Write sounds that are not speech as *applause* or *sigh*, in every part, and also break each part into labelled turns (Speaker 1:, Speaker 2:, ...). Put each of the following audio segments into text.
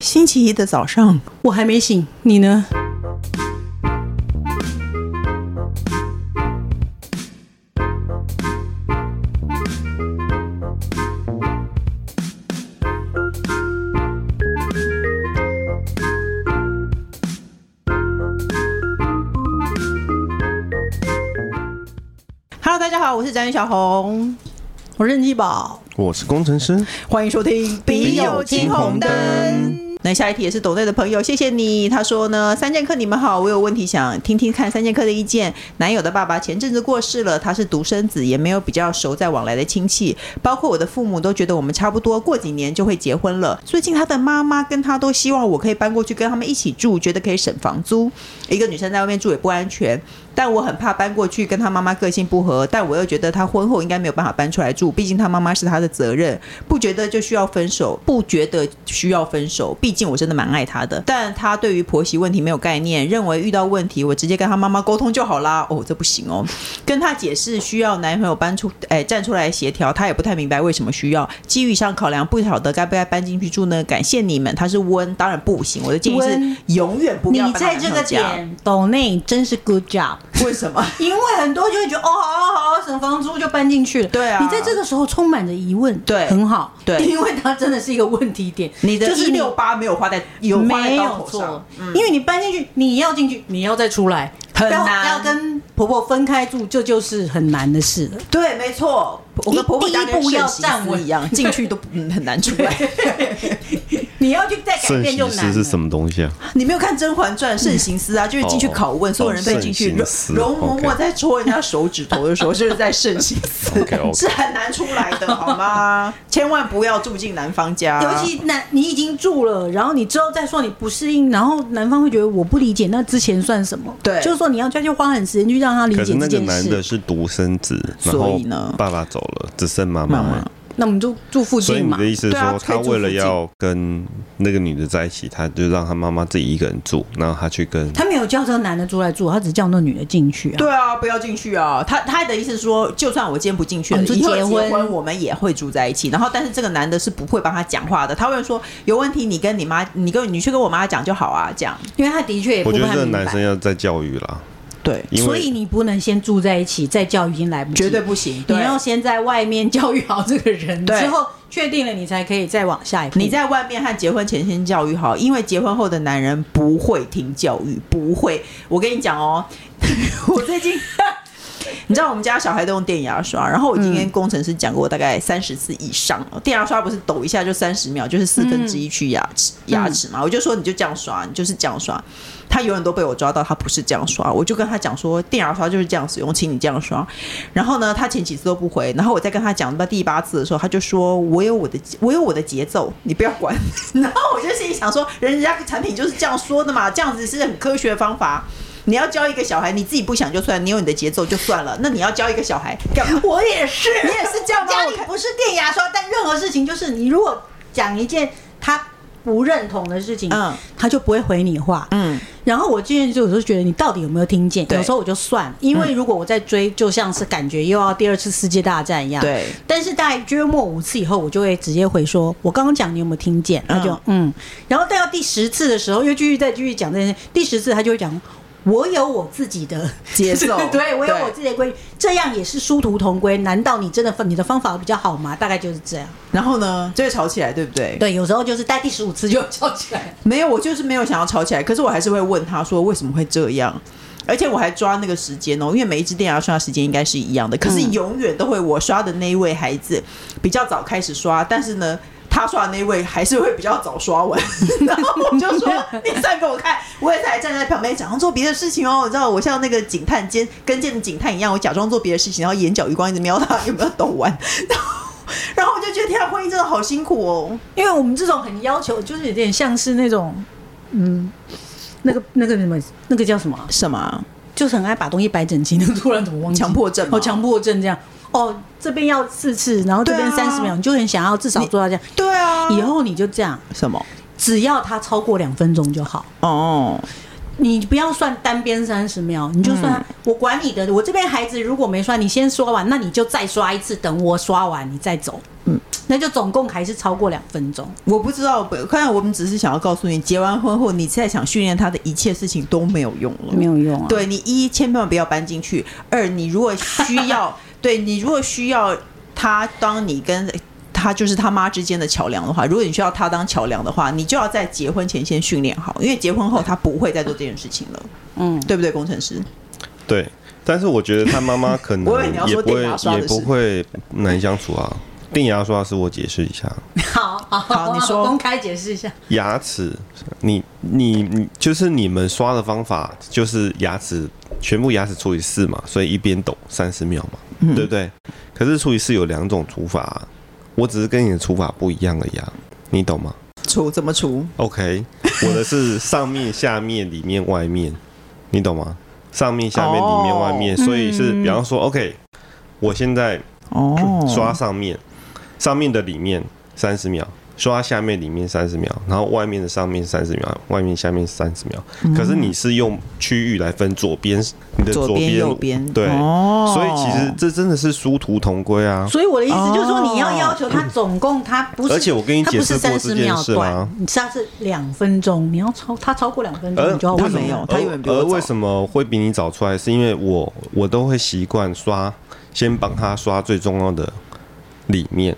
Speaker 1: 星期一的早上，我还没醒，你呢？Hello，大家好，我是宅女小红，我是任基宝，
Speaker 2: 我是工程师，
Speaker 1: 欢迎收听《
Speaker 2: 笔友青红灯》。
Speaker 1: 那下一题也是抖内的朋友，谢谢你。他说呢，三剑客你们好，我有问题想听听看三剑客的意见。男友的爸爸前阵子过世了，他是独生子，也没有比较熟在往来的亲戚，包括我的父母都觉得我们差不多过几年就会结婚了。最近他的妈妈跟他都希望我可以搬过去跟他们一起住，觉得可以省房租。一个女生在外面住也不安全，但我很怕搬过去跟她妈妈个性不合，但我又觉得她婚后应该没有办法搬出来住，毕竟她妈妈是她的责任，不觉得就需要分手，不觉得需要分手，毕竟我真的蛮爱她的。但她对于婆媳问题没有概念，认为遇到问题我直接跟她妈妈沟通就好啦。哦，这不行哦，跟她解释需要男朋友搬出，哎，站出来协调，她也不太明白为什么需要。基于以上考量，不晓得该不该搬进去住呢？感谢你们，她是温，当然不行，我的建议
Speaker 3: 温
Speaker 1: 是永远不要
Speaker 3: 你
Speaker 1: 搬到
Speaker 3: 在
Speaker 1: 男
Speaker 3: 这
Speaker 1: 朋
Speaker 3: 个
Speaker 1: 友家
Speaker 3: 点抖内真是 good job，
Speaker 1: 为什么？
Speaker 3: 因为很多就会觉得哦，好好好，省房租就搬进去了。
Speaker 1: 对啊
Speaker 3: 你在这个时候充满着疑问，
Speaker 1: 对
Speaker 3: 很好，
Speaker 1: 对
Speaker 3: 因为它真的是一个问题点。
Speaker 1: 你的
Speaker 3: 就
Speaker 1: 一
Speaker 3: 是你
Speaker 1: 六八没有花在有花在
Speaker 3: 没
Speaker 1: 刀
Speaker 3: 有
Speaker 1: 口
Speaker 3: 错
Speaker 1: 上，，嗯
Speaker 3: 因为你搬进去，你要进去，你要再出来，
Speaker 1: 很
Speaker 3: 要
Speaker 1: 难
Speaker 3: 要跟婆婆分开住，这就是很难的事了。
Speaker 1: 对，没错。我
Speaker 3: 一
Speaker 1: 跟婆婆家
Speaker 3: 第一
Speaker 1: 跟
Speaker 3: 步
Speaker 1: 圣
Speaker 3: 要
Speaker 1: 喜
Speaker 3: 站
Speaker 1: 斯
Speaker 3: 稳
Speaker 1: 一
Speaker 3: *laughs*
Speaker 1: 样，进去都嗯很难出来。
Speaker 3: 你要去再改
Speaker 2: 圣
Speaker 3: 变就
Speaker 2: 喜
Speaker 3: 难
Speaker 2: 斯是什
Speaker 3: 了。
Speaker 2: 么东西啊？
Speaker 1: 你没有看《甄嬛传》圣行司啊，就是进去拷问，
Speaker 2: 哦
Speaker 1: 所有人被进去容
Speaker 2: 哦慎刑司
Speaker 1: 容嬷嬷
Speaker 2: OK
Speaker 1: 在戳人家手指头的时候，就是在圣行
Speaker 2: *laughs*
Speaker 3: *laughs*
Speaker 1: 司
Speaker 2: OK，OK
Speaker 1: 是很难出来的，好吗？千万不要住进男方家，
Speaker 3: 尤其男，你已经住了，然后你之后再说你不适应，然后男方会觉得我不理解，那之前算什么？
Speaker 1: 对
Speaker 3: 就是说你要再去花很时间去让他理
Speaker 2: 可
Speaker 3: 解
Speaker 2: 是
Speaker 3: 这
Speaker 2: 那个
Speaker 3: 件
Speaker 2: 男的
Speaker 3: 事。
Speaker 2: 是独生子，然
Speaker 1: 所
Speaker 2: 后
Speaker 1: 以呢
Speaker 2: 爸爸走了，只剩妈妈
Speaker 1: 妈妈
Speaker 2: 了。
Speaker 3: 那我们就住附
Speaker 2: 所以
Speaker 3: 近
Speaker 2: 你
Speaker 3: 嘛
Speaker 2: 的。意思是
Speaker 1: 对啊
Speaker 2: 说，
Speaker 1: 可以
Speaker 2: 他
Speaker 1: 住
Speaker 2: 为
Speaker 1: 附
Speaker 2: 了
Speaker 1: 近
Speaker 2: 要跟那个女的在一起，他就让他妈妈自己一个人住，然后他去跟
Speaker 3: 他没有叫这个男的出来住，他只叫那女的进去啊。
Speaker 1: 对啊，不要进去啊！他他的意思是说，就算我今天不进去
Speaker 3: 哦
Speaker 1: 了，
Speaker 3: 你说
Speaker 1: 以后结
Speaker 3: 结婚
Speaker 1: 婚我们也会住在一起。然后，但是这个男的是不会帮他讲话的，他会说有问题你跟你妈，你跟你去跟我妈讲就好啊，这样
Speaker 3: 因为他的确也不
Speaker 2: 我觉得
Speaker 3: 太
Speaker 2: 这个
Speaker 3: 明白
Speaker 2: 男生要再教育啦，
Speaker 1: 对，
Speaker 2: 因
Speaker 3: 所以
Speaker 2: 为
Speaker 3: 你不能先住在一起，再教育已经来不及，
Speaker 1: 绝对不行。
Speaker 3: 你
Speaker 1: 对，
Speaker 3: 要先在外面教育好这个人，
Speaker 1: 对
Speaker 3: 之后确定了，你才可以再往下一步。
Speaker 1: 你在外面和结婚前先教育好，因为结婚后的男人不会听教育，不会。我跟你讲哦，我最近。你知道我们家小孩都用电牙刷，然后我今天工程师讲过大概三十次以上了。电牙刷不是抖一下就三十秒，就是四分之一去牙齿、牙齿嘛。我就说你就这样刷，你就是这样刷。他永远都被我抓到，他不是这样刷。我就跟他讲说，电牙刷就是这样使用，请你这样刷。然后呢，他前几次都不回，然后我在跟他讲到第八次的时候，他就说我有我的我有我的节奏，你不要管。 *laughs* 然后我就心里想说，人家产品就是这样说的嘛，这样子是很科学的方法。你要教一个小孩，你自己不想就算，你有你的节奏就算了。那你要教一个小孩干嘛？
Speaker 3: 我也是，
Speaker 1: 你也是这样吗？
Speaker 3: *laughs* 家
Speaker 1: 我
Speaker 3: 里
Speaker 1: 看
Speaker 3: 不是电牙刷，但任何事情就是你如果讲一件他不认同的事情，
Speaker 1: 嗯
Speaker 3: 他就不会回你话，
Speaker 1: 嗯，
Speaker 3: 然后我今天就有时候觉得你到底有没有听见？
Speaker 1: 对
Speaker 3: 有时候我就算了，因为如果我在追，就像是感觉又要第二次世界大战一样。
Speaker 1: 对。
Speaker 3: 但是大概约莫五次以后，我就会直接回说：“我刚刚讲你有没有听见？”他就嗯然后到第十次的时候，又继续再继续讲这件事。第十次他就会讲：“我有我自己的
Speaker 1: 节奏
Speaker 3: *laughs* 对我有
Speaker 1: 对
Speaker 3: 我自己的规律，这样也是殊途同归。难道你真的你的方法比较好吗？大概就是这样。
Speaker 1: 然后呢，就会吵起来，对不对？
Speaker 3: 对，有时候就是在第十五次就会吵起来了。
Speaker 1: 没有，我就是没有想要吵起来，可是我还是会问他说为什么会这样。而且我还抓那个时间哦，因为每一支电牙刷时间应该是一样的，可是永远都会我刷的那一位孩子比较早开始刷，但是呢， *laughs* 他刷的那一位还是会比较早刷 *laughs* 完。然后我就说：“你站给我看！”我也才站在旁边假装做别的事情哦，你知道我像那个警探监跟见的警探一样，我假装做别的事情，然后眼角余光一直瞄他有没有抖完。然后， *laughs* 然后我就觉得天啊，婚姻真的好辛苦哦。
Speaker 3: 因为我们这种很要求，就是有点像是那种，嗯，那个那个什么，那个叫什么啊，
Speaker 1: 什么？
Speaker 3: 就是很爱把东西摆整齐，那个突然怎么忘记？
Speaker 1: 强迫症吗
Speaker 3: 哦，强迫症这样。哦，这边要四次，然后这边
Speaker 1: 对啊
Speaker 3: 三十秒，你就很想要至少做到这样。
Speaker 1: 对啊，
Speaker 3: 以后你就这样，
Speaker 1: 什么？
Speaker 3: 只要它超过两分钟就好。
Speaker 1: 哦，
Speaker 3: 你不要算单边三十秒，你就算、
Speaker 1: 嗯
Speaker 3: 我管你的，我这边孩子如果没刷，你先刷完，那你就再刷一次，等我刷完你再走，嗯，那就总共还是超过两分钟。
Speaker 1: 我不知道，不看来我们只是想要告诉你，结完婚后你再想训练他的一切事情都没有用了，
Speaker 3: 没有用啊
Speaker 1: 对你一千万不要搬进去，二你如果需要， *laughs* 对你如果需要他当你跟他就是他妈之间的桥梁的话，如果你需要他当桥梁的话，你就要在结婚前先训练好，因为结婚后他不会再做这件事情了，
Speaker 3: 嗯，
Speaker 1: 对不对，工程师？
Speaker 2: 对，但是我觉得他妈妈可能
Speaker 1: 我以为你要
Speaker 2: 也
Speaker 1: 说
Speaker 2: 不
Speaker 1: 电
Speaker 2: 会
Speaker 1: 牙刷的
Speaker 2: 也
Speaker 1: 事
Speaker 2: 不会难相处啊。定牙刷是我解释一下，
Speaker 3: 好好
Speaker 1: 好你说
Speaker 3: 公开解释一下，
Speaker 2: 牙齿，你你你就是你们刷的方法，就是牙齿全部牙齿除以四嘛，所以一边抖三十秒嘛，对不对？可是除以四有两种除法啊、我只是跟你的除法不一样而已啊，你懂吗
Speaker 1: 除怎么除？
Speaker 2: ？OK，我的是上面、下面、里面、外面，你懂吗？上面、下面、里面、
Speaker 1: 哦
Speaker 2: 外面，所以是比方说，OK，我现在
Speaker 1: 哦，
Speaker 2: 刷上面，上面的里面三十秒，刷下面里面三十秒，然后外面的上面三十秒，外面下面三十秒。
Speaker 1: 嗯
Speaker 2: 可是你是用区域来分左边，你的
Speaker 1: 左边
Speaker 2: 边
Speaker 1: 右边
Speaker 2: 对，
Speaker 1: 哦
Speaker 2: 所以其实这真的是殊途同归啊。
Speaker 3: 所以我的意思就是说，
Speaker 1: 哦
Speaker 3: 你要要求他总共他不是，
Speaker 2: 而且我跟你
Speaker 3: 他不是
Speaker 2: 解释过
Speaker 3: 三
Speaker 2: 这
Speaker 3: 十
Speaker 2: 件
Speaker 3: 秒
Speaker 2: 事
Speaker 3: 短
Speaker 2: 啦，
Speaker 3: 你下次两分钟，你要超他超过两分钟，
Speaker 2: 而
Speaker 3: 你就要
Speaker 2: 呃为
Speaker 3: 问
Speaker 2: 什
Speaker 1: 没
Speaker 2: 么
Speaker 1: 有他永远比我
Speaker 2: 而
Speaker 1: 早
Speaker 2: 为什么会比你早出来？是因为我我都会习惯刷，先帮他刷最重要的里面。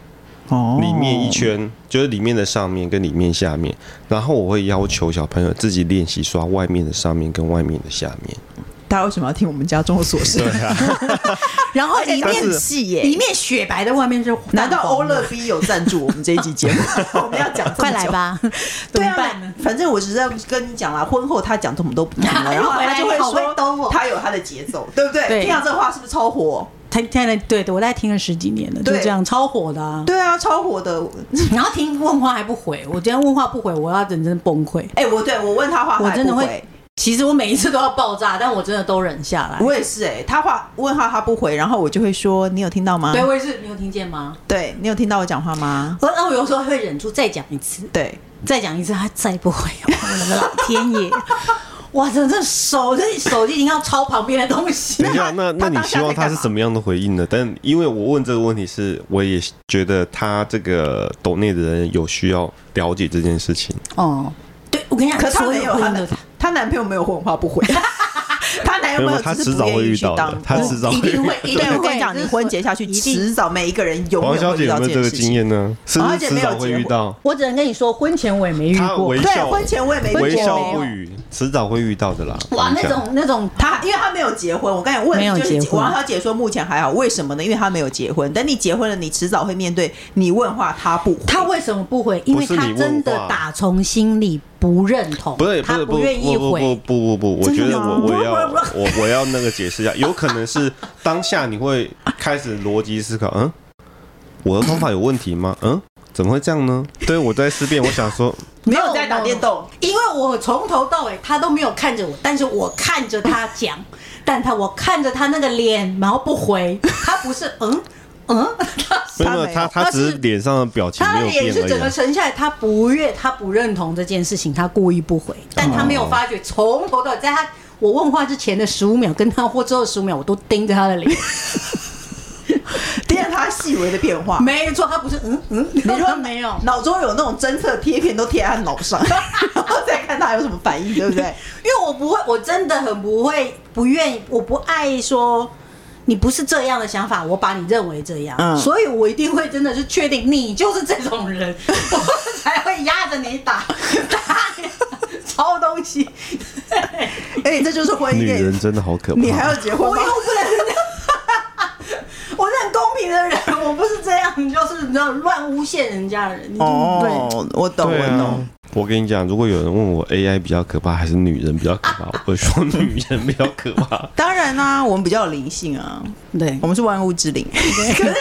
Speaker 1: 哦
Speaker 2: 里面一圈，就是里面的上面跟里面下面，然后我会要求小朋友自己练习刷外面的上面跟外面的下面。
Speaker 1: 大家为什么要听我们家中的琐事？啊
Speaker 3: 然后
Speaker 1: 里
Speaker 3: 里
Speaker 1: 面
Speaker 3: 面
Speaker 2: 但是
Speaker 1: 细耶，
Speaker 3: 里面雪白的，外面是
Speaker 1: 难
Speaker 3: 淡
Speaker 1: 道
Speaker 3: 黄
Speaker 1: 欧
Speaker 3: 的
Speaker 1: 乐 B 有赞助我们这一集节目？我们要讲这么久
Speaker 3: *laughs* 快来？ *laughs* 吧，怎
Speaker 1: 对
Speaker 3: 么
Speaker 1: 啊
Speaker 3: 办呢？，
Speaker 1: 反正我只是要跟你讲啦，婚后他讲什么
Speaker 3: *laughs*
Speaker 1: 都不听了，然后
Speaker 3: 又回来
Speaker 1: 他就会
Speaker 3: 好会兜
Speaker 1: 说
Speaker 3: 我
Speaker 1: 他有他的节奏，对不对？
Speaker 3: 对
Speaker 1: 听到这话是不是超火？
Speaker 3: 他现在对对，我大概听了十几年了，就
Speaker 1: 对
Speaker 3: 这样超火的啊。
Speaker 1: 对啊，超火的。
Speaker 3: 然后听问话还不回，我今天问话不回，我要认真崩溃。
Speaker 1: 哎，我对我问他话，
Speaker 3: 我真
Speaker 1: 他也
Speaker 3: 的
Speaker 1: 不
Speaker 3: 会哎
Speaker 1: 回。，
Speaker 3: 其实我每一次都要爆炸，但我真的都忍下来。
Speaker 1: 我也是哎，他话问话他不回，然后我就会说你有听到吗？
Speaker 3: 对，我也是，你有听见吗？
Speaker 1: 对，你有听到我讲话吗？
Speaker 3: 我那我有时候会忍住再讲一次，
Speaker 1: 对，
Speaker 3: 再讲一次，他再不回，哦我的老天爷！哇，真的手这手机已经要抄旁边的东西
Speaker 2: 等一。
Speaker 3: 了
Speaker 2: 下，那
Speaker 1: 他
Speaker 2: *laughs* 那你希望他是怎么样的回应呢？但因为我问这个问题是，我也觉得他这个抖内的人有需要了解这件事情。
Speaker 3: 哦，对，我
Speaker 1: *laughs*
Speaker 3: 跟你讲，
Speaker 1: 可是他
Speaker 3: 所
Speaker 1: 没有
Speaker 3: 回
Speaker 1: 他
Speaker 3: 应
Speaker 1: 男
Speaker 3: 的
Speaker 1: 她男朋友没有问话不回， *laughs* 她男朋
Speaker 2: 没
Speaker 1: 友
Speaker 2: 有他
Speaker 1: 只是
Speaker 2: 迟
Speaker 1: 不
Speaker 2: 早
Speaker 1: 愿
Speaker 2: 会
Speaker 1: 意
Speaker 2: 遇
Speaker 1: 去
Speaker 2: 到的
Speaker 1: 当哦
Speaker 2: 他迟早会
Speaker 3: 一定会，一
Speaker 1: 对，
Speaker 3: 定
Speaker 1: 我跟
Speaker 3: 会
Speaker 1: 你讲，你婚结下去，
Speaker 3: 一定
Speaker 1: 迟早每一个人永
Speaker 2: 王
Speaker 1: 远
Speaker 2: 小
Speaker 1: 会遇
Speaker 2: 姐
Speaker 1: 到
Speaker 2: 有没有
Speaker 1: 件
Speaker 2: 这个
Speaker 1: 事
Speaker 2: 经
Speaker 1: 情。
Speaker 2: 验呢？是不
Speaker 1: 而
Speaker 2: 是
Speaker 1: 且
Speaker 2: 迟
Speaker 1: 没有
Speaker 2: 早会
Speaker 1: 结
Speaker 2: 遇
Speaker 1: 婚
Speaker 2: 到？
Speaker 3: 我只能跟你说，婚前我也没遇
Speaker 2: 他
Speaker 3: 过
Speaker 2: 微。
Speaker 1: 对，
Speaker 2: 笑
Speaker 1: 婚前我也没
Speaker 2: 微
Speaker 1: 遇
Speaker 2: 笑
Speaker 1: 过
Speaker 2: 不语，迟早会遇到的啦。
Speaker 3: 哇，那种那种
Speaker 1: 他因为他没有结婚，我刚才问
Speaker 3: 没有
Speaker 1: 就是
Speaker 3: 结婚
Speaker 1: 王小姐说目前还好，为什么呢？因为他没有结婚。等你结婚了，你迟早会面对你问话他不回
Speaker 3: 他为什么不回？因为
Speaker 2: 不是
Speaker 3: 他
Speaker 2: 你问
Speaker 3: 真的
Speaker 2: 话
Speaker 3: 打从心里不认同，
Speaker 2: 不是，不
Speaker 3: 他
Speaker 2: 是，不
Speaker 3: 愿意
Speaker 2: 不不
Speaker 3: 回。
Speaker 2: 不不不，我
Speaker 1: 真的
Speaker 2: 觉得
Speaker 1: 吗
Speaker 2: 我我要
Speaker 3: 不不
Speaker 2: 我我要那个解释一下，有可能是当下你会开始逻辑思考，嗯，我的方法有问题吗？嗯，怎么会这样呢？对我在思辨，我想说，
Speaker 1: 没有在打电动，
Speaker 3: 因为我从头到尾他都没有看着我，但是我看着他
Speaker 1: *laughs*
Speaker 3: 讲，但他我看着他那个脸，然后不回，他不是嗯嗯，他
Speaker 2: 没有没
Speaker 1: 没有
Speaker 2: 有，他
Speaker 3: 他
Speaker 2: 他只
Speaker 3: 是
Speaker 2: 是脸上的表情
Speaker 3: 他
Speaker 2: 没
Speaker 3: 的
Speaker 2: 有变
Speaker 3: 脸是
Speaker 2: 而
Speaker 3: 整
Speaker 2: 已
Speaker 3: 个
Speaker 2: 啊。
Speaker 3: 沉下来，他不悦，他不认同这件事情，他故意不回，但他没有发觉，从头到尾，在他我问话之前的十五秒，跟他或之后十五秒，我都盯着他的脸。
Speaker 1: 盯着他细微的变化。
Speaker 3: 没错，他不是嗯嗯，你
Speaker 1: 你如果
Speaker 3: 说没有？
Speaker 1: *laughs* 脑中有那种侦测贴片都贴在他脑上， *laughs* 然后再看他有什么反应，对不对？
Speaker 3: 因为我不会，我真的很不会，不愿意，我不爱说你不是这样的想法，我把你认为这样，
Speaker 1: 嗯
Speaker 3: 所以我一定会真的是确定你就是这种人，我才会压着你打打抄东西。
Speaker 1: 而哎且这就是婚姻。
Speaker 2: 女人真的好可怕，
Speaker 1: 你还要结婚
Speaker 3: 我
Speaker 1: 吗
Speaker 3: 又？不能，我是很公平的人， *laughs* 我不是这样，就是你知道乱诬陷人家的人，你就嗯对。
Speaker 1: 哦，我懂，
Speaker 2: 对
Speaker 1: 我懂
Speaker 2: 啊。。我跟你讲，如果有人问我 AI 比较可怕还是女人比较可怕，我会说 *laughs* 女人比较可怕。
Speaker 1: 当然啦、我们比较有灵性啊，
Speaker 3: 对
Speaker 1: 我们是万物之灵。 *laughs* 可是，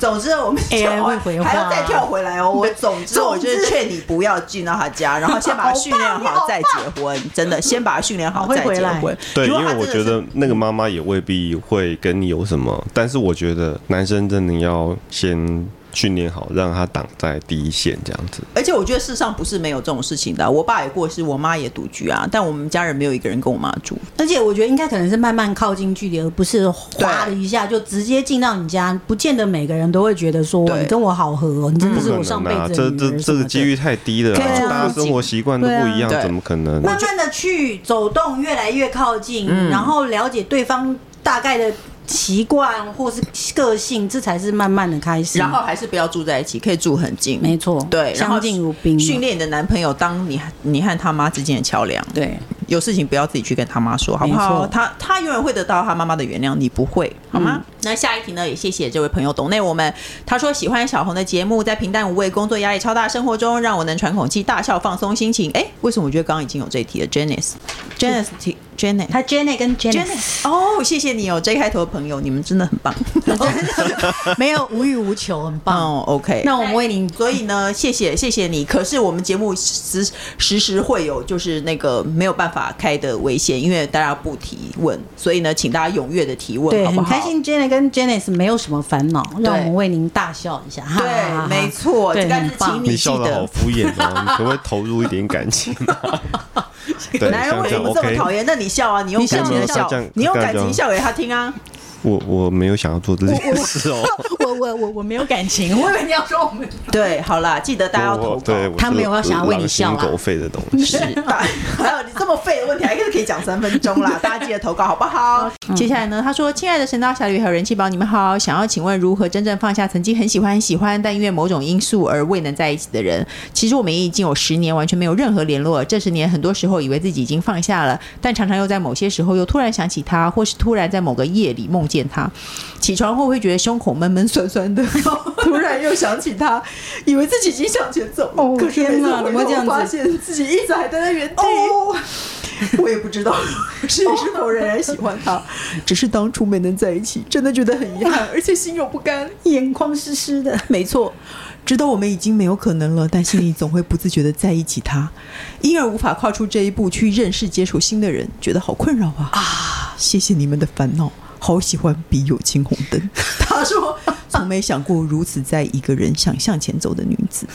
Speaker 1: 总之我
Speaker 3: *laughs*
Speaker 1: 们
Speaker 3: AI 会回话
Speaker 1: 还要再跳回来哦。我总之，
Speaker 3: 总之
Speaker 1: 我就是劝你不要进到他家，然后先把他训练
Speaker 3: *laughs* 好
Speaker 1: 好
Speaker 3: 棒
Speaker 1: 再结婚。真的，先把他训练好
Speaker 3: 好会
Speaker 1: 再
Speaker 3: 回
Speaker 1: 结
Speaker 3: 来
Speaker 1: 婚。
Speaker 2: 对，
Speaker 1: 如
Speaker 2: 因
Speaker 1: 果他
Speaker 2: 为我
Speaker 1: 真的是
Speaker 2: 觉得那个妈妈也未必会跟你有什么，但是我觉得男生真的要先训练好，让他挡在第一线这样子。
Speaker 1: 而且我觉得世上不是没有这种事情的啊、我爸也过世，我妈也独居啊，但我们家人没有一个人跟我妈住。
Speaker 3: 而且我觉得应该可能是慢慢靠近距离，而不是哗的
Speaker 1: 对
Speaker 3: 一下就直接进到你家。不见得每个人都会觉得说哇
Speaker 1: 对嗯
Speaker 3: 你跟我好合哦，你真的
Speaker 2: 不
Speaker 3: 是我
Speaker 2: 可
Speaker 3: 上
Speaker 2: 能
Speaker 3: 辈
Speaker 2: 啊，
Speaker 3: 子
Speaker 2: 这
Speaker 3: 的女
Speaker 2: 这
Speaker 3: 儿什
Speaker 2: 这
Speaker 3: 么
Speaker 2: 个
Speaker 3: 的
Speaker 2: 几率太低了
Speaker 3: 可以
Speaker 2: 啊，
Speaker 3: 啊
Speaker 2: 大家生活习惯都不一样
Speaker 1: 对，啊
Speaker 2: 怎么可能？
Speaker 3: 慢慢的去走动，越来越靠近，
Speaker 1: 嗯
Speaker 3: 然后了解对方大概的习惯或是个性，这才是慢慢的开始。
Speaker 1: 然后还是不要住在一起，可以住很近。
Speaker 3: 没错，
Speaker 1: 对，然后
Speaker 3: 相敬如宾啊嘛。
Speaker 1: 训练你的男朋友当你你和他妈之间的桥梁。
Speaker 3: 对，
Speaker 1: 有事情不要自己去跟他妈说，好不
Speaker 3: 没
Speaker 1: 好？
Speaker 3: 错嗯
Speaker 1: 他他永远会得到他妈妈的原谅，你不会，好吗？那下一题呢？也谢谢这位朋友董内我们，他说喜欢小红的节目，在平淡无味、工作压力超大的生活中，让我能喘口气、大笑、放松心情。哎，为什么我觉得刚刚已经有这一题了？Janice，Janice 提 Janice。
Speaker 3: 他 Jenny 跟 Jenny
Speaker 1: 哦，谢谢你哦，J 开头的朋友，你们真的很
Speaker 3: *laughs*
Speaker 1: 棒。
Speaker 3: 没有无欲无求，很棒。
Speaker 1: 哦，OK，
Speaker 3: 那我们为您
Speaker 1: 所以呢，谢谢谢谢你。可是我们节目时时时会有就是那个没有办法开的危险，因为大家不提问，所以呢，请大家踊跃的提问，
Speaker 3: 对，
Speaker 1: 好不
Speaker 3: 很
Speaker 1: 好？
Speaker 3: 开。心，Jenny 跟 Jenny 没有什么烦恼，
Speaker 1: 对
Speaker 3: 让我们为您大笑一下。哈哈
Speaker 1: 对，
Speaker 3: 哈
Speaker 1: 没错，
Speaker 3: 对，
Speaker 1: 但
Speaker 3: 很
Speaker 1: 是请
Speaker 3: 棒。
Speaker 2: 你
Speaker 1: 记
Speaker 2: 笑得好
Speaker 1: 得，
Speaker 2: 敷衍哦，你可不可以投入一点感情啊？ *laughs* 对，
Speaker 1: 男人
Speaker 2: 像
Speaker 1: 为什
Speaker 2: 这样
Speaker 1: 么这么
Speaker 2: OK。
Speaker 1: 讨厌？那你笑啊，你用
Speaker 3: 你笑
Speaker 1: 感情的
Speaker 3: 没有
Speaker 1: 笑
Speaker 2: 这样，
Speaker 1: 你用
Speaker 2: 这样
Speaker 1: 感情
Speaker 2: 就
Speaker 1: 笑给他听啊。
Speaker 2: 我我没有想要做这件事
Speaker 3: *laughs*
Speaker 2: 哦，
Speaker 3: 我我我我没有感情，我以为你要说我们
Speaker 1: 对，好啦，记得大家要
Speaker 2: 我
Speaker 1: 投
Speaker 2: 我
Speaker 1: 稿。
Speaker 2: 对，我
Speaker 3: 他
Speaker 2: 是
Speaker 3: 没有要想要为你笑啊
Speaker 2: 狼心狗肺的东西。
Speaker 1: 是，大 *laughs* 还有你这么废的问题，还是可以讲三分钟
Speaker 3: *laughs*
Speaker 1: 啦。大家记得投稿好不好？接下来呢，他说：“亲爱的神刀侠侣还有人气宝，你们好，想要请问如何真正放下曾经很喜欢很喜欢，但因为某种因素而未能在一起的人？其实我们也已经有十年完全没有任何联络了。这十年很多时候以为自己已经放下了，但常常又在某些时候又突然想起他，或是突然在某个夜里梦见他。起床后会觉得胸口闷闷酸酸的， *laughs* 突然又想起他，以为自己已经向前走了，
Speaker 3: 哦
Speaker 1: 可是每
Speaker 3: 天
Speaker 1: 次
Speaker 3: 哪
Speaker 1: 回
Speaker 3: 怎么会
Speaker 1: 头
Speaker 3: 这样子
Speaker 1: 发现自己一直还待在原地。哦 *laughs* 我也不知道 *laughs* 是是否仍然喜欢他， *laughs* 只是当初没能在一起，真的觉得很遗憾， *laughs* 而且心有不甘。
Speaker 3: 眼眶湿湿的。
Speaker 1: 没错，知道我们已经没有可能了，但心里总会不自觉的在意起他，因而无法跨出这一步去认识、接触新的人，觉得好困扰啊！啊，谢谢你们的烦恼，好喜欢笔友青红灯。 *laughs* 他说，从没想过如此在一个人想向前走的女子。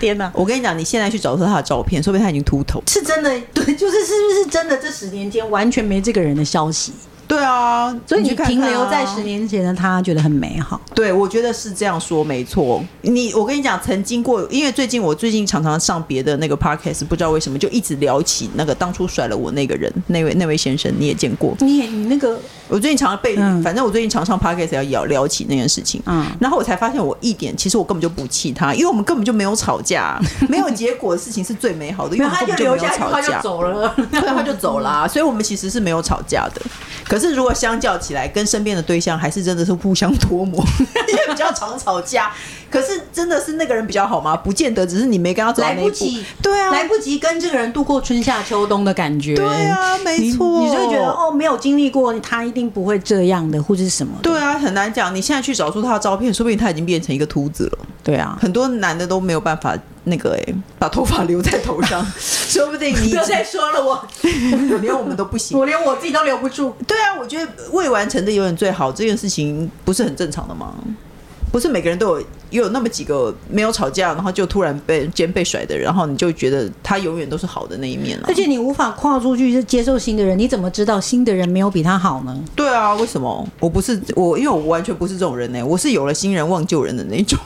Speaker 3: 天哪！
Speaker 1: 我跟你讲，你现在去找出他的照片，说不定他已经秃头。
Speaker 3: 是真的，对，就是是不是真的？这十年间完全没这个人的消息，
Speaker 1: 对啊，
Speaker 3: 所以
Speaker 1: 你
Speaker 3: 你
Speaker 1: 去看看
Speaker 3: 停留
Speaker 1: 啊
Speaker 3: 在十年前的他，觉得很美好。
Speaker 1: 对，我觉得是这样说没错。你，我跟你讲，曾经过，因为最近我最近常常上别的那个 podcast，不知道为什么就一直聊起那个当初甩了我那个人，那位那位先生，你也见过。
Speaker 3: 你也你那个
Speaker 1: 我最近常常被，
Speaker 3: 嗯
Speaker 1: 反正我最近常上 podcast 要聊聊起那件事情，
Speaker 3: 嗯
Speaker 1: 然后我才发现我一点，其实我根本就不气他，因为我们根本就没有吵架，啊没有结果的事情是最美好的，因为我们根本就没有吵架。
Speaker 3: 走了，啊
Speaker 1: 对，他就走啦、 *laughs* 所以我们其实是没有吵架的。可是如果相较起来，跟身边的对象还是真的是互相脱模， *laughs* 也比较常吵架。可是真的是那个人比较好吗？不见得，只是你没跟他走到
Speaker 3: 来
Speaker 1: 那一
Speaker 3: 不
Speaker 1: 步
Speaker 3: 及，
Speaker 1: 对啊，
Speaker 3: 来不及跟这个人度过春夏秋冬的感觉。
Speaker 1: 对啊，没
Speaker 3: 你
Speaker 1: 错，
Speaker 3: 你就会觉得。哦，没有经历过，他一定不会这样的，或者是什么的。
Speaker 1: 对啊，很难讲。你现在去找出他的照片，说不定他已经变成一个秃子了。
Speaker 3: 对啊，
Speaker 1: 很多男的都没有办法那个哎、把头发留在头
Speaker 3: *laughs*
Speaker 1: 上，说不定你
Speaker 3: 说了，我
Speaker 1: 连我们都不行。
Speaker 3: 我连我自己都留不住。
Speaker 1: 对啊，我觉得未完成的永远最好这件事情不是很正常的吗？不是每个人都有也有那么几个没有吵架，然后就突然被肩被甩的人，然后你就觉得他永远都是好的那一面了、啊
Speaker 3: 而且你无法跨出去，是接受新的人，你怎么知道新的人没有比他好呢？
Speaker 1: 对啊，为什么我不是我？因为我完全不是这种人欸呢、我是有了新人忘旧人的那 *laughs* 种，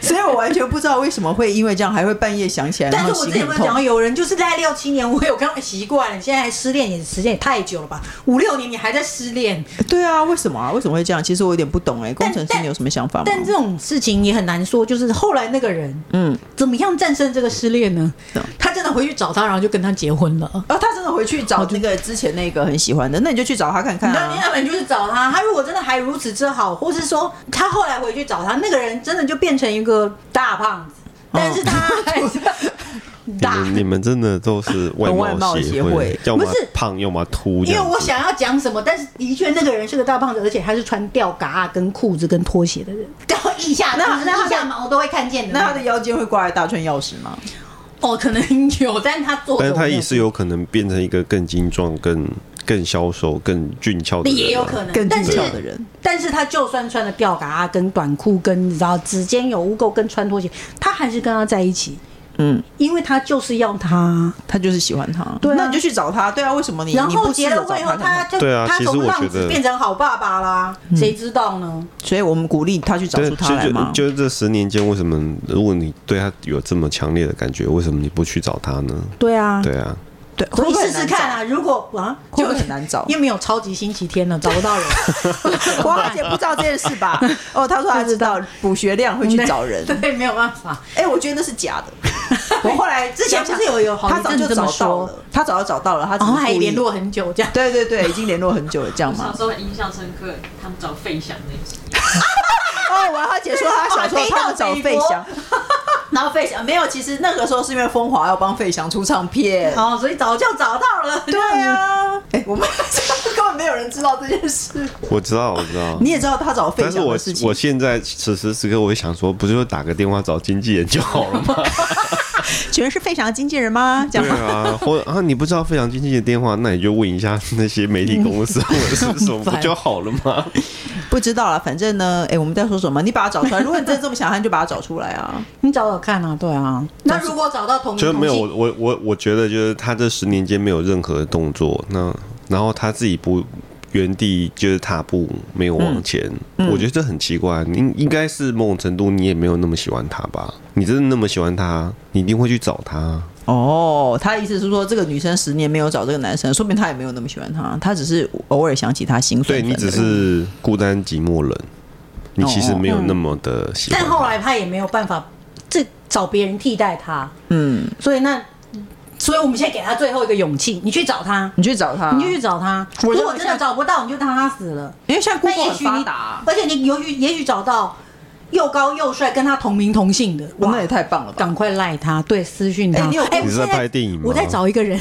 Speaker 1: 所以我完全不知道为什么会因为这样还会半夜想起来，
Speaker 3: 但
Speaker 1: 然
Speaker 3: 是
Speaker 1: 后
Speaker 3: 我
Speaker 1: 心
Speaker 3: 之前不
Speaker 1: 很
Speaker 3: 是讲到
Speaker 1: 痛。
Speaker 3: 有人就是在六七年，我有刚刚习惯了，现在失恋也时间也太久了吧，五六年你还在失恋，
Speaker 1: 对啊，为什么啊？为什么会这样？其实我有点不懂哎、工程师
Speaker 3: 但
Speaker 1: 你有什么想法吗？
Speaker 3: 但这种事情也很难说，就是后来那个人
Speaker 1: 嗯，
Speaker 3: 怎么样战胜这个失恋呢
Speaker 1: 对？
Speaker 3: 他真的回去找他，然后就跟他结婚了。
Speaker 1: 哦，他真的回去找那个之前那个很喜欢的，那你就去找他看看
Speaker 3: 那
Speaker 1: 啊
Speaker 3: 你。要不然就是找他，他如果真的还如此之好，或是说他后来回去找他，那个人真的就变成一个大胖子，但是他还是 *laughs*
Speaker 2: 你
Speaker 3: 大。
Speaker 2: 们你们真的都
Speaker 3: *laughs*
Speaker 2: 是外
Speaker 1: 很外貌协
Speaker 2: 协
Speaker 1: 会
Speaker 2: 要么
Speaker 3: 不是
Speaker 2: 胖，要么秃这
Speaker 3: 因为
Speaker 2: 样子。
Speaker 3: 我想要讲什么，但是的确那个人是个大胖子，而且他是穿吊嘎、跟裤子、跟拖鞋的 *laughs* 人，然后腋下
Speaker 1: 那
Speaker 3: 就是
Speaker 1: 那他的
Speaker 3: 腋下毛都会看见的
Speaker 1: 那
Speaker 3: 那
Speaker 1: 他
Speaker 3: 种。
Speaker 1: 的腰间会挂一大串钥匙吗？
Speaker 3: 哦，可能有，但是他做，
Speaker 2: *laughs* 但是他也是有可能变成一个更精壮、更更消瘦、更俊俏的人、啊，
Speaker 3: 也有可能，
Speaker 1: 更俊
Speaker 3: 但是
Speaker 1: 俏的人，
Speaker 3: 但是他就算穿了吊嘎啊跟短裤跟你知道指尖有污垢跟穿拖鞋，他还是跟他在一起，
Speaker 1: 嗯，
Speaker 3: 因为他就是要他。
Speaker 1: 他就是喜欢他，
Speaker 3: 对啊
Speaker 1: 那你就去找他，对啊，为什么你
Speaker 3: 然
Speaker 1: 你
Speaker 3: 后
Speaker 1: 不试
Speaker 3: 结
Speaker 1: 着
Speaker 3: 了
Speaker 1: 找
Speaker 3: 婚以后，
Speaker 1: 他
Speaker 3: 他
Speaker 1: 干嘛？
Speaker 3: 就
Speaker 2: 对啊
Speaker 3: 他
Speaker 2: 其实
Speaker 3: 从
Speaker 2: 我
Speaker 3: 浪
Speaker 2: 觉
Speaker 3: 子
Speaker 2: 得
Speaker 3: 变成好爸爸啦，
Speaker 1: 嗯
Speaker 3: 谁知道呢？
Speaker 1: 所以我们鼓励他去找
Speaker 2: 对，
Speaker 1: 出他来嘛。
Speaker 2: 就就这十年间，为什么如果你对他有这么强烈的感觉，为什么你不去找他呢？
Speaker 3: 对啊，
Speaker 2: 对啊，
Speaker 1: 对，
Speaker 3: 所
Speaker 1: 会
Speaker 3: 以
Speaker 1: 不会
Speaker 3: 试
Speaker 1: 很
Speaker 3: 试
Speaker 1: 难
Speaker 3: 看啊，如果啊，
Speaker 1: 会不会
Speaker 3: 就
Speaker 1: 很难找
Speaker 3: *laughs* 因为没有超级星期天了，找不
Speaker 1: *laughs*
Speaker 3: 到人。
Speaker 1: 找。王啊小姐不知道这件事 *laughs* 吧？哦，她说她知道补学量会去找 *laughs* 人。
Speaker 3: 对，没有办法。
Speaker 1: 哎、我觉得那是假 *laughs* 的。我后来
Speaker 3: 之前不是有有好
Speaker 1: 他
Speaker 3: 一
Speaker 1: 早
Speaker 3: 阵
Speaker 1: 就
Speaker 3: 子这么
Speaker 1: 找到
Speaker 3: 说，
Speaker 1: 了，他早就找到了，哦他只
Speaker 3: 然
Speaker 1: 是
Speaker 3: 后还
Speaker 1: 故意
Speaker 3: 联。络很久这样。
Speaker 1: 对对对，已经联络很久了，这样
Speaker 4: 我小
Speaker 1: 吗？
Speaker 4: 时候印象深刻，他们找费翔那一集，
Speaker 1: 哦，王小姐说她小时候他们找费翔， *laughs* 然后费翔没有，其实那个时候是因为风华要帮费翔出唱片。
Speaker 3: 哦，所以早就找到了。
Speaker 1: 对啊，哎、我们 *laughs* 根本没有人知道这件事。
Speaker 2: 我知道，我知道。
Speaker 1: *laughs* 你也知道他找费
Speaker 2: 但是
Speaker 1: 翔
Speaker 2: 我
Speaker 1: 的事情，
Speaker 2: 我现在此时此刻，我也想说，不就打个电话找经纪人就好
Speaker 1: *laughs*
Speaker 2: 了吗？
Speaker 1: *laughs* 请问是费翔的经纪人吗？这样
Speaker 2: 对
Speaker 1: 吗？
Speaker 2: 啊，或啊你不知道飞扬经纪的电话，那你就问一下那些媒体公
Speaker 1: *laughs*
Speaker 2: 司或者是什么不就好了吗？
Speaker 1: 不知道了，反正呢，哎、我们在说什么？你把它找
Speaker 2: *laughs*
Speaker 1: 出来。如果你真的这么想，你就把它找出来啊。
Speaker 3: 你找找看啊，对啊。那如果找到同
Speaker 2: 就
Speaker 3: 名
Speaker 2: 没有
Speaker 3: 同
Speaker 2: 我
Speaker 3: 姓，
Speaker 2: 我我我觉得就是他这十年间没有任何的动作，那然后他自己不原地就是踏步没有
Speaker 3: 嗯
Speaker 2: 往前，我觉得这很奇怪。你应该是某种程度你也没有那么喜欢他吧？你真的那么喜欢他，你一定会去找他。
Speaker 1: 哦，他的意思是说，这个女生十年没有找这个男生，说明他也没有那么喜欢他，他只是偶尔想起他心碎。
Speaker 2: 对你只是孤单寂寞冷，你其实没有那么的喜欢
Speaker 3: 哦但
Speaker 2: 他。
Speaker 3: 后来他也没有办法，这找别人替代他，
Speaker 1: 嗯，
Speaker 3: 所以那，所以我们现在给他最后一个勇气，你去找他，
Speaker 1: 你去找他，
Speaker 3: 你就去找他。
Speaker 1: 啊我
Speaker 3: 如
Speaker 1: 认为
Speaker 3: 果真的找不到，你就当他死了。
Speaker 1: 因为现在
Speaker 3: 那
Speaker 1: Google
Speaker 3: 也
Speaker 1: 很
Speaker 3: 许
Speaker 1: 发
Speaker 3: 你
Speaker 1: 达，，啊
Speaker 3: 而且你也许也许找到又高又帅，跟他同名同姓的，
Speaker 1: 哇
Speaker 3: 哇
Speaker 1: 那也太棒了吧！
Speaker 3: 赶快赖他，对，私讯他。
Speaker 1: 哎你有
Speaker 3: 哎
Speaker 2: 你是在
Speaker 3: 我现
Speaker 2: 拍电影吗
Speaker 3: 我在找一个人，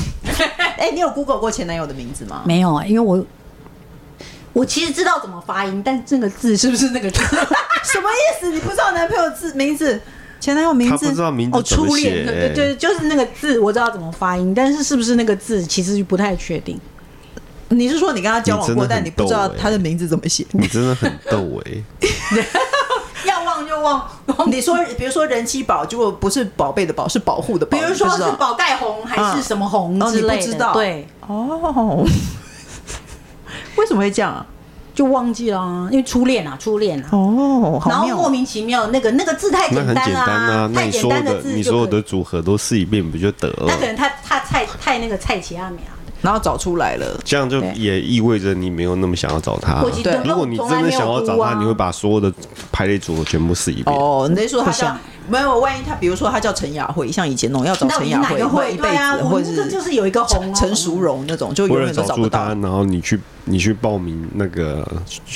Speaker 1: 哎、你有 Google 过前男友的名字吗？
Speaker 3: 没有啊，因为我我其实知道怎么发音，但这个字是不是那个字？
Speaker 1: *laughs* 什么意思？你不知道男朋友字名字？前男友名字？
Speaker 2: 他不知道名字
Speaker 3: 哦，
Speaker 2: 怎么
Speaker 3: 初
Speaker 2: 写、
Speaker 3: 恋，对对对，就是那个字，我知道怎么发音，但是是不是那个字，其实不太确定。
Speaker 1: 你是说你跟他交
Speaker 2: 你
Speaker 1: 往
Speaker 2: 真
Speaker 1: 过，
Speaker 2: 的
Speaker 1: 但
Speaker 2: 很
Speaker 1: 你不知道
Speaker 2: 逗欸
Speaker 1: 他的名字怎么写？
Speaker 2: 你真的很逗哎、
Speaker 3: 要忘就忘，忘
Speaker 1: 你说，比如说人妻宝，结果不是宝贝的宝，是保护的
Speaker 3: 比
Speaker 1: 宝。
Speaker 3: 如说
Speaker 1: 你不知
Speaker 3: 是
Speaker 1: 道
Speaker 3: 宝盖红还是什么红
Speaker 1: 嗯哦
Speaker 3: 之类的，
Speaker 1: 你不知道
Speaker 3: 对，
Speaker 1: 哦， *laughs* 为什么会这样啊？
Speaker 3: 就忘记了、啊，因为初恋啊，初恋啊。
Speaker 1: 哦，
Speaker 3: 然
Speaker 1: 好
Speaker 3: 后
Speaker 1: 妙
Speaker 3: 莫名其妙，那个那个字太
Speaker 2: 那
Speaker 3: 简
Speaker 2: 很
Speaker 3: 单
Speaker 2: 简
Speaker 3: 啦、
Speaker 2: 单啊，那
Speaker 3: 太
Speaker 2: 你
Speaker 3: 简
Speaker 2: 所有
Speaker 3: 单
Speaker 2: 的
Speaker 3: 字
Speaker 2: 你
Speaker 3: 就
Speaker 2: 所有
Speaker 3: 可
Speaker 2: 的
Speaker 3: 以。
Speaker 2: 组合都试一遍不就得了
Speaker 3: 那？可能他他太太那个蔡奇亚米 *laughs* 啊，
Speaker 1: 然后找出来了。
Speaker 2: 这样就也意味着你没有那么想要找他
Speaker 3: 我其。实
Speaker 1: 对
Speaker 2: 如果你真的想要找
Speaker 3: 从来没有哭
Speaker 2: 他，
Speaker 3: 啊
Speaker 2: 你会把所有的排列组合全部试一遍。
Speaker 1: 哦，你在说他
Speaker 3: 不
Speaker 1: 叫
Speaker 3: 像
Speaker 1: 没有？万一他比如说他叫陈雅慧，像以前那种要找
Speaker 3: 到
Speaker 1: 陈
Speaker 3: 底
Speaker 1: 雅
Speaker 3: 哪
Speaker 1: 慧，
Speaker 3: 个
Speaker 1: 会
Speaker 3: 会？
Speaker 1: 一辈
Speaker 3: 对啊，
Speaker 1: 子，
Speaker 3: 我
Speaker 1: 或
Speaker 3: 们
Speaker 1: 者
Speaker 3: 这个就是有一个红啊
Speaker 1: 陈淑
Speaker 3: 红
Speaker 1: 荣那种，就永
Speaker 2: 为了
Speaker 1: 远都
Speaker 2: 找
Speaker 1: 找不
Speaker 2: 住
Speaker 1: 到。
Speaker 2: 他，然后你去你去报名那个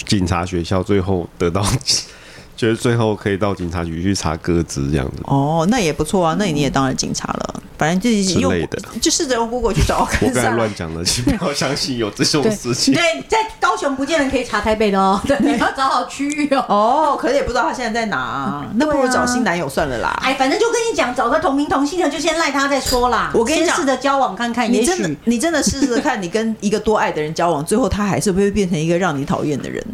Speaker 2: 警察学校，最后得到 *laughs* 就是最后可以到警察局去查歌资这样子。
Speaker 1: 哦，那也不错
Speaker 3: 嗯
Speaker 1: 啊，那你也当了警察了，反正自己用
Speaker 2: 之类的，
Speaker 1: 就试着用 Google 去
Speaker 3: *laughs*
Speaker 1: 找
Speaker 2: 我
Speaker 1: 看
Speaker 2: 刚才
Speaker 1: 上。
Speaker 2: 乱讲了，请不要相信有这种事情。
Speaker 3: 啊对，在高雄不见人可以查台北的哦， *laughs* 对，你要找好区域哦。
Speaker 1: 哦，可是也不知道他现在在哪啊、
Speaker 3: *laughs*
Speaker 1: 那不如
Speaker 3: 对啊
Speaker 1: 找新男友算了啦。
Speaker 3: 哎，反正就跟你讲，找个同名同姓的就先赖他再说啦。
Speaker 1: 我跟你讲
Speaker 3: 先试着交往看看，
Speaker 1: 你
Speaker 3: 也
Speaker 1: 真的
Speaker 3: 许，
Speaker 1: 你真的试试看，你跟一个多爱的人交往，最后他还是会变成一个让你讨厌的
Speaker 3: 嗯
Speaker 1: 人，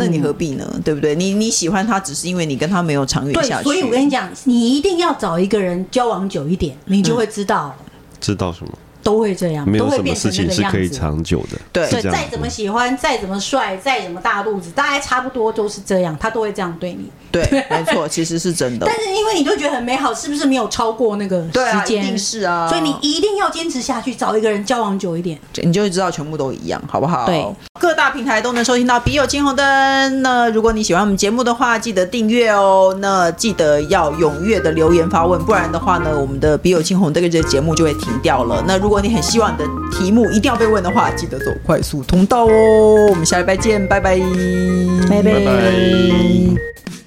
Speaker 1: 那你何必呢？对不对？你你喜欢他，只是因为你跟他没有长远
Speaker 3: 对
Speaker 1: 下去。，
Speaker 3: 所以我跟你讲，你一定要找一个人交往久一点，你就会知道，
Speaker 2: 知道什么？
Speaker 3: 都会这样，
Speaker 2: 没
Speaker 3: 都
Speaker 2: 有
Speaker 3: 会
Speaker 2: 什么
Speaker 3: 变
Speaker 2: 事
Speaker 3: 成那
Speaker 2: 情是
Speaker 3: 个样
Speaker 2: 可以
Speaker 3: 子。
Speaker 2: 长久的。
Speaker 1: 对
Speaker 2: 是
Speaker 3: 对，
Speaker 2: 这样
Speaker 3: 再怎么喜欢，再怎么帅，再怎么大肚子，大概差不多都是这样，他都会这样对你。
Speaker 1: 对，
Speaker 3: *laughs*
Speaker 1: 没错，其实是真的
Speaker 3: 但。是因为你就觉得很美好，是不是没有超过那个
Speaker 1: 对啊，
Speaker 3: 时
Speaker 1: 一
Speaker 3: 间？
Speaker 1: 定是啊。
Speaker 3: 所以你一定要坚持下去，找一个人交往久一点。
Speaker 1: 你就会知道全部都一样，好不好？
Speaker 3: 对，
Speaker 1: 各大平台都能收听到《笔友青红灯》。那如果你喜欢我们节目的话，记得订阅哦。那记得要踊跃的留言发问，不然的话呢，我们的《笔友青红灯》这个节目就会停掉了。那如果你很希望你的题目一定要被问的话，记得走快速通道哦。我们下礼拜见，拜拜，
Speaker 3: 拜拜
Speaker 2: 拜拜